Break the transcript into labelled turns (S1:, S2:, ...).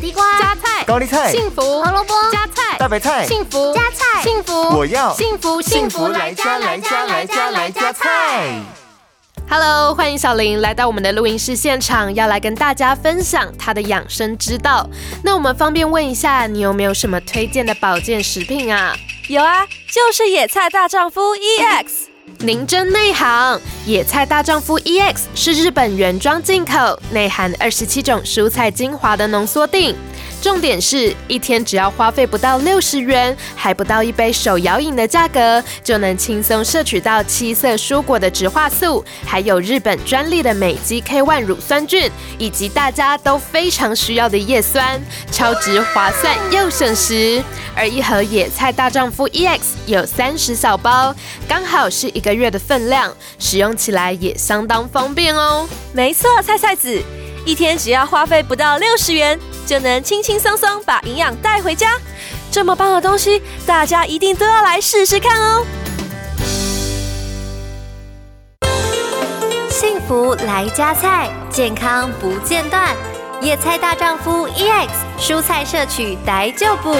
S1: 地瓜、
S2: 加菜、
S3: 高丽菜、
S2: 幸福、
S1: 胡萝卜、
S2: 加菜、
S3: 大白菜、
S2: 幸福、
S1: 加菜
S2: 幸福，
S3: 我要
S2: 幸福
S3: 幸福来家来家来家来家菜。
S2: Hello，欢迎小林来到我们的录音室现场，要来跟大家分享她的养生之道。那我们方便问一下，你有没有什么推荐的保健食品啊？
S4: 有啊，就是野菜大丈夫 E EX。
S2: 您真内行！野菜大丈夫 E EX 是日本原装进口，内含二十七种蔬菜精华的浓缩定。重点是一天只要花费不到六十元，还不到一杯手摇饮的价格，就能轻松摄取到七色蔬果的植化素，还有日本专利的美肌 K1 乳酸菌，以及大家都非常需要的叶酸，超值划算又省时。而一盒野菜大丈夫 EX 有三十小包，刚好是一个月的分量，使用起来也相当方便哦。
S4: 没错，菜菜子，一天只要花费不到六十元，就能轻轻松松把营养带回家。这么棒的东西，大家一定都要来试试看哦！
S1: 幸福来加菜，健康不 E 间断。野菜大丈夫 EX，蔬菜摄取逮就补。